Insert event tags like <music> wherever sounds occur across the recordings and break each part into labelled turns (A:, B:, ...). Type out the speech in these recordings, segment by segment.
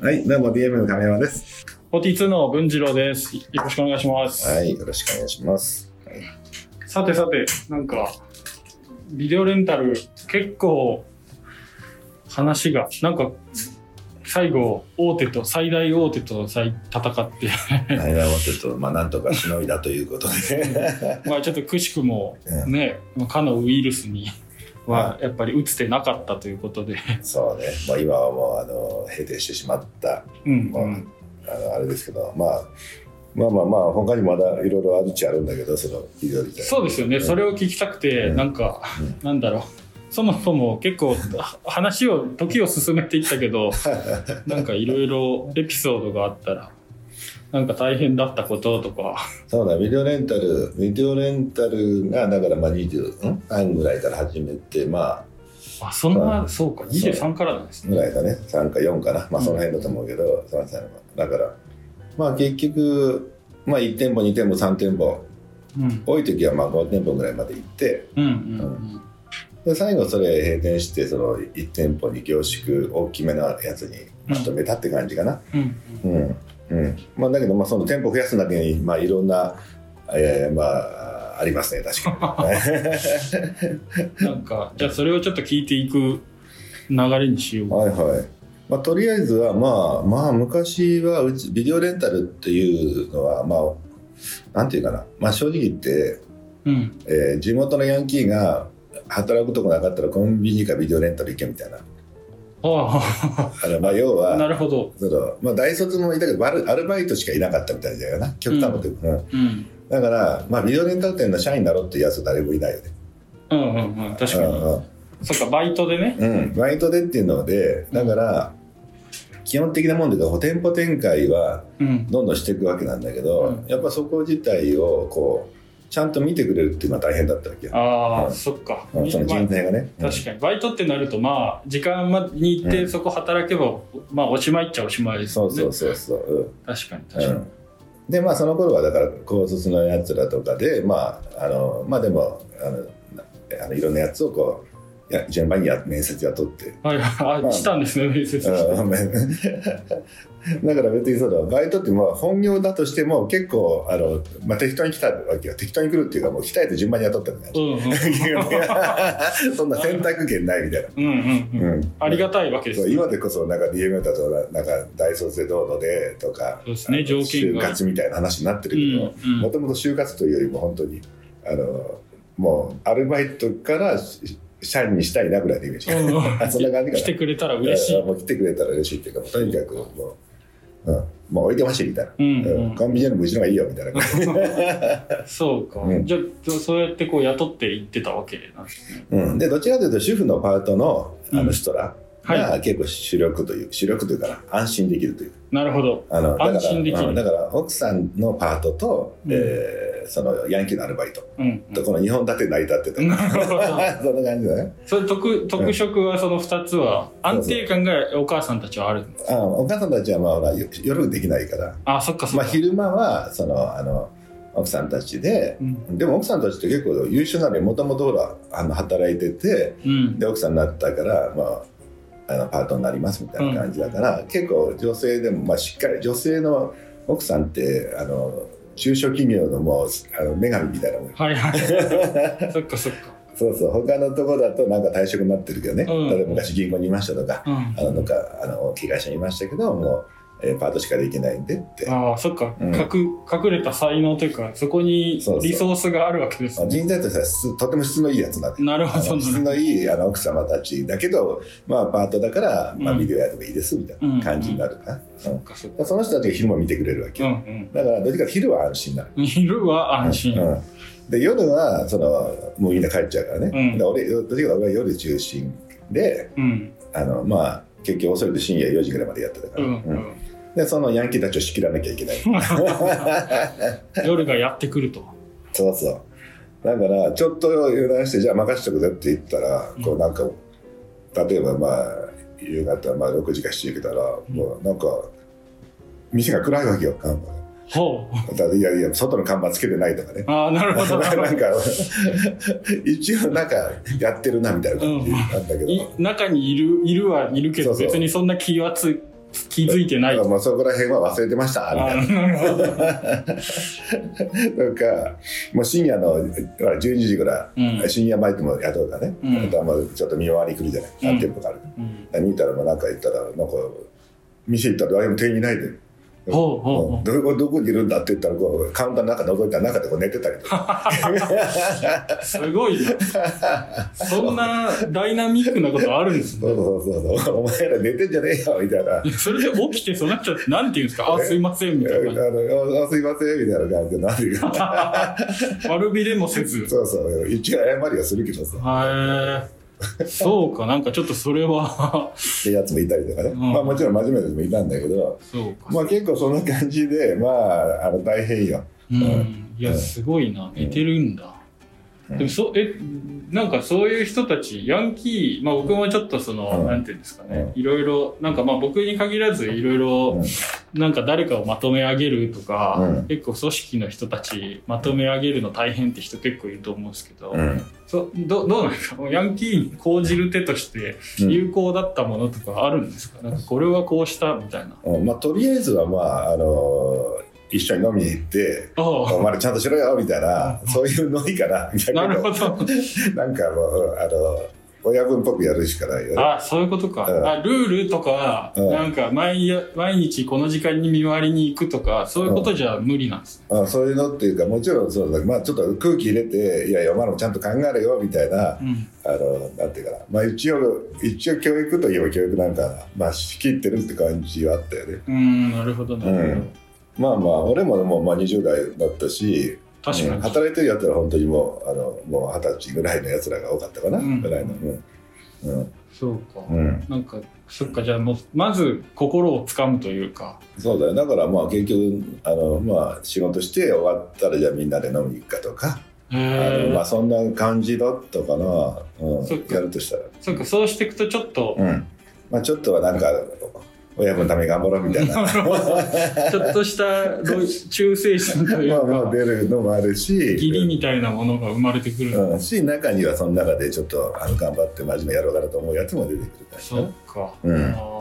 A: はい、どうも DM の亀山です。
B: 42の文次郎です。よろしくお願いします。
A: はい、よろしくお願いします。
B: さてさて、なんか、ビデオレンタル、結構、話が、なんか、最後、大手と、最大大手と最戦 <laughs> って、
A: はい、はちょっと、まあ、なんとかしのいだということで。
B: まあちょっとくしくも
A: う
B: ね、かのウイルスには
A: は
B: やっぱり打つてなかったということで、
A: そうね、まあ、今はもう、あの、閉店してしまった、
B: うん、
A: まあ、
B: うん、
A: あの、あれですけど、まあ。まあまあまあ、他にもまだいろいろあるっちゃあるんだけど、その、いろいろ。
B: そうですよね、それを聞きたくて、
A: うん
B: なんか、なんだろう。そもそも結構は話を時を進めていった
A: <laughs>
B: けどなんかいろいろエピソードがあったらなんか大変だったこととか
A: そうだ、ビデオレンタル、ビデオレンタルが、だから、まあ、二十、ん、三ぐらいから始めて、まあ。
B: あそんな、
A: う
B: そうか23からなんですね
A: ぐらいだね3か4かなまあ
B: うん
A: その辺だと思うけど、その辺はだからまあ結局、まあ、1店舗2店舗3店舗
B: うん
A: 多い時はまあ5店舗ぐらいまで行って
B: うんうん
A: で最後それ閉店してその1店舗に凝縮大きめなやつにまとめたって感じかな
B: うんうん
A: うん、うんまあだけどまあその店舗増やすだけにまあいろんなえーまあありますね確かに
B: なんかじゃあそれをちょっと聞いていく流れにしよう
A: はいはい。まあ、とりあえずは、まあ、まあ、昔はうちビデオレンタルっていうのは、まあ、なんていうかな、まあ、正直言って、
B: うん
A: えー地元のヤンキーが働くとこなかったらコンビニかビデオレンタル行けみたいな。
B: あ
A: あのまあ、要
B: あな
A: は、
B: るほど
A: そのまあ、大卒もいたけどバルアルバイトしかいなかったみたいだよな極端なこと言うと、うん
B: うん
A: だから、まあ、ビデオレンタル店の社員だろってやつは誰もいないよね
B: うんうんうん確かに、
A: うんうん
B: そっかバイトでね
A: うん、バイトでっていうのでだから基本的なもんで言うと店舗展開は
B: うん
A: どんどんしていくわけなんだけど、
B: うん
A: やっぱそこ自体をこうちゃんと見てくれるっていうのは大変だったわけよ、
B: ああ、
A: うん
B: そっか、
A: うんその
B: まあ
A: 人材がね、うん
B: 確かにバイトってなるとまあ時間までに行っ
A: う
B: て
A: ん
B: そこ働けば、まあおしまいっちゃおしまいです
A: そ
B: よ
A: う
B: ね
A: そうそうそう、うん
B: 確かに確
A: う
B: かに、
A: ん、でまあその頃はだから高卒のやつらとかでまああのまあでもあのなあのいろんなやつをこうや順番にや面接雇って
B: はいはい
A: ま
B: あ
A: あ
B: したんですね面接して、
A: うん <laughs> だから別にそのバイトってまあ本業だとしても結構あの、まあ、適当に来たわけよ適当に来るっていうかもう来たやつ順番に雇ったみたいな
B: う。んう
A: <laughs>
B: ん
A: そんな選択権ないみたいな。
B: うんうんうん、
A: うん
B: ありがたいわけです
A: そう
B: ね
A: 今でこそなんか DM だとなんか大卒でどうのでとか
B: そうですね条件
A: 就
B: が
A: 活みたいな話になって
B: う
A: る
B: ん
A: けど、
B: うん
A: もともと就活というよりも本当にあのもうアルバイトからし社員にしたいなぐらいのイメージ、
B: うんうん
A: あそんな感じかな
B: 来てくれたら嬉し
A: いや
B: い
A: もう来てくれたら嬉しいっていうかもうとにかくもう、うん、もう置いてほしいみたいな、
B: うんう
A: うん
B: ん、
A: コンビニよりもうちの方がいいよみたいな感じ、
B: そうか、
A: うん
B: じゃあそうやってこう雇って行ってたわけなんですね
A: うん、でどちらかというと主婦のパートのあ
B: う
A: の
B: ん
A: 人ら
B: はい、
A: が結構主力という、主力というかな安心できるという
B: なるほど
A: あのだから
B: 安心できる
A: うんだから奥さんのパートと、
B: うん
A: えーそのヤンキーのアルバイト
B: うん、
A: とこの2本立て成り立ってた、
B: うんなるほど
A: <laughs> そんな感じだね
B: <laughs> それ特特色はその2つは安定感がお母さんたちはあるんです
A: あお母さんたちはまあほらよ夜できないから、
B: あそっかそっ
A: ま
B: か、
A: あ、昼間はそのあの奥さんたちで
B: うん
A: でも奥さんたちって結構優秀なのにもともとほらあの働いてて
B: うん
A: で奥さんになったから、まあ、あのパートになりますみたいな感じだから、結構女性でも、まあ、しっかり女性の奥さんってあの中小企業のもうあの女神みたいなもん
B: はいは
A: <laughs>
B: いそっかそっか
A: そうそう他のとこだとなんか退職になってるけどね、
B: うん
A: 例えば昔銀行にいましたとか
B: うん
A: あのなんかあの被害者にいましたけどもう、えーパートしかできないんでって。
B: ああそっか、
A: うん
B: 隠隠れた才能というかそこに
A: そうそう
B: リソースがあるわけですね
A: 人材としてはすとても質のいいやつなんで
B: なる
A: あ
B: ほど
A: の質のいいあの奥様たちだけど、まあ、パートだから、ま
B: う
A: あ、
B: ん
A: ビデオやってもいいですみたいな感じになるかな、うん
B: そっかそっか
A: その人たちが昼も見てくれるわけ
B: うん
A: よ、
B: うん
A: だからどっちかというと昼は安心なの
B: 昼は安心、
A: うんで夜はそのもうみんな帰っちゃうからね、
B: うん
A: で俺どっちかというと俺は夜中心で
B: うん
A: あのまあ結局遅いと深夜4時ぐらいまでやってたか
B: う
A: ら、
B: んう
A: うん
B: ん、
A: でそのヤンキーたちを仕切らなきゃいけない
B: <laughs> 夜がやってくると
A: そうそうだからちょっと油断してじゃあ任せてくれって言ったら、こうなんか例えばまあ夕方、まあ、6時か7時来たら、もうなんか店が暗いわけよ看板が
B: ほう
A: だからいやいや外の看板つけてないとかね
B: ああなるほどなる
A: <laughs>
B: ほ
A: な
B: ど
A: んか一応なんかやってるなみたいな感じなんだけど、
B: い中にいるいるはいるけ
A: そう
B: ど
A: そう
B: 別にそんな気はつ気づいてない
A: だからまあそこら辺は忘れてましたみたいな
B: あなるほど
A: なんかもう深夜のほら12時ぐら
B: う
A: い、
B: ん
A: 深夜前でも雇うからね、
B: うん
A: あとはまあちょっと見回り来るじゃない
B: うん
A: 何店舗かある、
B: うん
A: 見たらもうなんか行ったらなんか店行ったら誰も店員いないで。
B: ほうほう
A: うんどこどこにいるんだって言ったらこうカウンターの中覗いたら中でこう寝てたりとか <laughs>
B: すごいな。そんなダイナミックなことあるんです
A: そう
B: ね。
A: そうそうそうお前ら寝てんじゃねえよみたいなあ
B: い <laughs> やそれで起きてそうなっちゃって、なんて言うんですか、あ、すいません、みたいな。
A: のあすいませんみたいな感じでなんていうか
B: <laughs> 悪びれもせず。
A: <laughs> そうそう一応謝りはするけどさ
B: はい。そうか、なんかちょっとそれは、 <laughs>
A: ってやつもいたりとかね、
B: ん
A: まあもちろん真面目なやつもいたんだけど
B: そうか。
A: まあ結構そんな感じでまああの大変よ
B: うん。いや、すごいな。寝てるん
A: う
B: だ。
A: ん
B: でもそ、え、なんかそういう人たち、ヤンキー、まあ僕もちょっとその、
A: うん
B: なんていうんですかね、いろいろ、なんかまあ僕に限らずいろいろ、なんか誰かをまとめ上げるとか、
A: うん
B: 結構組織の人たちまとめ上げるの大変って人結構いると思うんですけど、
A: うん
B: そどどうなんですかヤンキーに講じる手として
A: うん
B: 有効だったものとかあるんですか,、なんかこれはこうしたみたいな。
A: うんまあとりあえずはまああの一緒に飲みに行って「
B: あ
A: お前らちゃんとしろよ」みたいなそういうノリかな
B: あなる
A: ど
B: ほど。
A: なんかもうあの親分っぽくやるしかないよね
B: あそういうことか。
A: うん
B: あルールとか、
A: うん
B: なんか毎夜毎日この時間に見回りに行くとかそういうことじゃ無理なんですね。
A: あそういうのっていうかもちろんそうだけどまあちょっと空気入れて「いやいやお前らもちゃんと考えろよ」みたいな
B: うん
A: あのなんていうかなまあ一応一応教育といえば教育なんかまあ仕切ってるって感じはあったよね
B: うーんなるほどなるほど。
A: うんまあまあ俺ももうまあ20代だったし
B: 確
A: うん
B: かに。
A: 働いてるやつら本当にもうあのもう二十歳ぐらいのやつらが多かったかな、
B: うん
A: ぐらいのうんうん、
B: そうか。
A: うん、
B: なんかそっかじゃあもうまず心をつかむというか。
A: そうだよだからまあ結局あの、まあ、仕事して終わったらじゃあみんなで飲みに行くかとか、
B: へ
A: あの
B: ー
A: まあ、そんな感じだったかな、うん
B: そっ、か
A: やるとしたら、
B: そうか、そうしていくとちょっと、
A: うんまあ、ちょっとはなんか親分のために頑張ろうみたい
B: <laughs>
A: な
B: ちょっとしたロイ忠誠心とい
A: まあ
B: う
A: まあ
B: か、
A: 出るのもあるし
B: 義理みたいなものが生まれてくる。
A: うん、し中にはその中でちょっとあの頑張って真面目やろうかなと思うやつも出てくるから、ね、
B: そうか。
A: うん
B: あー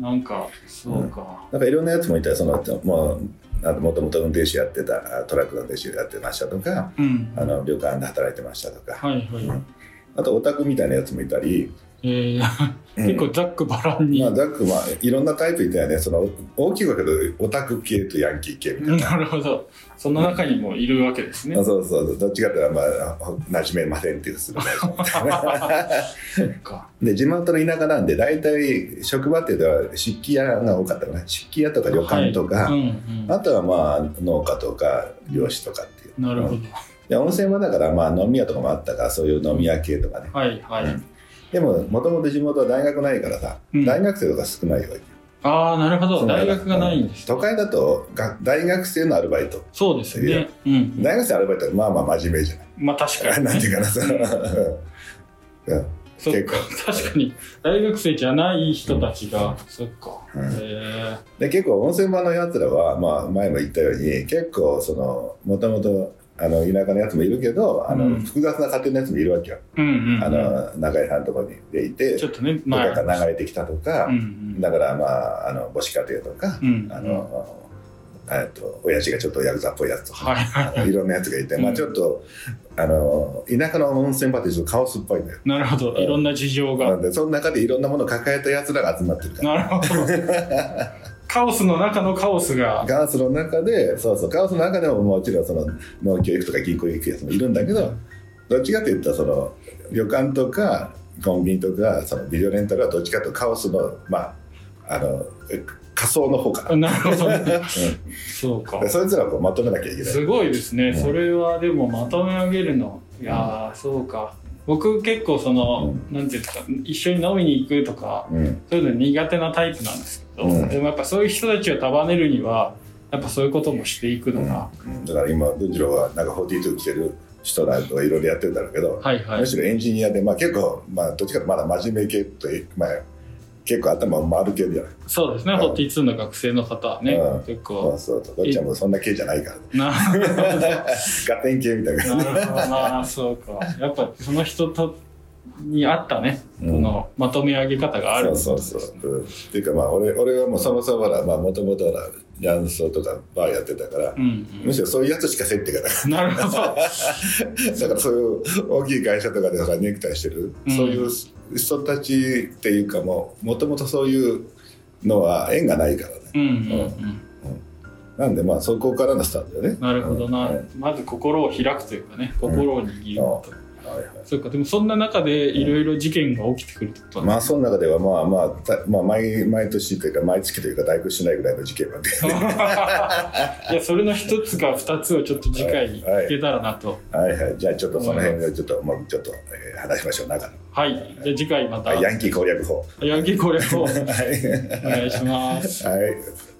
B: なんか、そうか。
A: なんかいろんなやつもいたよそのもうもともと運転手やってたあトラックの運転手やってましたとか
B: うん。
A: あの旅館で働いてましたとか
B: はいは
A: あとオタクみたいなやつもいたり、
B: い。えー、
A: うん
B: 結構ざっくばらんに。
A: まあ、ザックまあいろんなタイプいたよねその大きく分けどオタク系とヤンキー系みたい
B: <laughs>
A: な。
B: なるほど。その中にもいるわけですね
A: あ。そうそうどっちかというと、まあ、馴染めませんっていうするタイプみたい
B: <laughs>
A: な
B: そっか。
A: で地元の田舎なんで大体職場っていうのは漆器屋が多かったかな漆器屋とか旅館とか、
B: はいうん
A: あとはまあ農家とか漁師とかっていう
B: うん。なるほど。
A: で温泉はだからまあ飲み屋とかもあったからそういう飲み屋系とかね
B: はいはい。
A: でももともと地元は大学ないからさ、
B: うん
A: 大学生とか少ないわけ
B: ああ、なるほ
A: そ
B: ど。
A: うなん
B: 大
A: だ
B: 学がないんです。
A: 都会だとが大学生のアルバイト
B: そうです
A: い
B: ね
A: や。
B: うん。
A: 大学生のアルバイトってまあまあ真面目じゃない、
B: まあ確か <laughs>
A: <laughs>
B: に
A: なん
B: ね
A: て。いうかなさうん
B: そっ
A: 結
B: か確かに大学生じゃない人たちが、そっか、
A: うん
B: へえ
A: で結構温泉場のやつらは、まあ、前も言ったように結構そのもともとあの田舎のやつもいるけどあの、
B: うん
A: 複雑な家庭のやつもいるわけよ、
B: うんうん、うん、
A: あの中井さんのところにでいて
B: ちょっとね
A: と
B: まあ
A: かが流れてきたとか、
B: うんうん
A: だからまああの母子家庭とか、
B: うん
A: あの、えっと親父がちょっとヤクザっぽいやつとか、
B: はいはい <laughs>
A: あのいろんなやつがいて、ま
B: う
A: あ
B: ん
A: ちょっとあの田舎の温泉場ってちょっとカオスっぽいんだよ。
B: なるほどいろんな事情
A: な
B: が
A: んでその中でいろんなものを抱えたやつらが集まってるから。
B: なるほど <laughs> カオスの中のカオスが
A: カオスの中でそうそうカオスの中でももちろんその農協行くとか銀行行くやつもいるんだけどどっちかっていったらその旅館とかコンビニとかそのビデオレンタルはどっちかというとカオスのまああの仮想の方かな
B: なるほど、
A: う
B: そうか
A: んで、そいつらをこうまとめなきゃいけない。
B: すごいですね、
A: うん
B: それはでもまとめ上げるのいやー、そうか僕結構その、なんていうんですか一緒に飲みに行くとか
A: うん、
B: そういうの苦手なタイプなんですけど、
A: うん
B: でもやっぱそういう人たちを束ねるにはやっぱそういうこともしていくのが、
A: だから今文次郎はなんか42着てる人なんかいろいろやってるんだろうけど、
B: はいはい
A: むしろエンジニアで、まあ、結構、まあ、どっちかというとまだ真面目系という、まあ、結構頭丸系じゃない
B: そうですね、
A: うん
B: ホッティ2の学生の方ね、
A: うん
B: 結
A: そ
B: 構
A: うそうとこっちはもうそんな系じゃ <laughs> ないから、ね、
B: な
A: ガテン系みたいな
B: なるほどなそうかやっぱその人とに合ったね
A: う
B: そ
A: ん
B: のまとめ上げ方があるって
A: そ
B: こ
A: う
B: と
A: そう
B: です
A: そう、うんっていうかまあ俺俺はもうそもそもほらまあもともとほらジャンソーとかバーやってたから、
B: うん
A: むしろそういうやつしか接点がない
B: うん、なるほ <laughs> ど
A: <laughs> だからそういう大きい会社とかでほらネクタイしてる、
B: うん
A: そういう人たちっていうかもうもともとそういうのは縁がないからね
B: うんうん、うん
A: なんでまあそこからのスタートだよね
B: なるほどな、
A: うん
B: まず心を開くというかね心を握ると、
A: はいはい
B: そうかでもそんな中でいろいろ事件が起きてくるってことなん
A: まあその中ではまあまあたまあ毎毎年というか毎月というか大工しないぐらいの事件なんで <laughs>
B: いやそれの一つか二つをちょっと次回聞けたらなと
A: はいはいじゃあちょっとその辺をちょっともうちょっと、えー話しましょう中の
B: はい、じゃあ次回また
A: ヤンキー攻略法
B: ヤンキー攻略をお
A: はい
B: 願いします
A: はい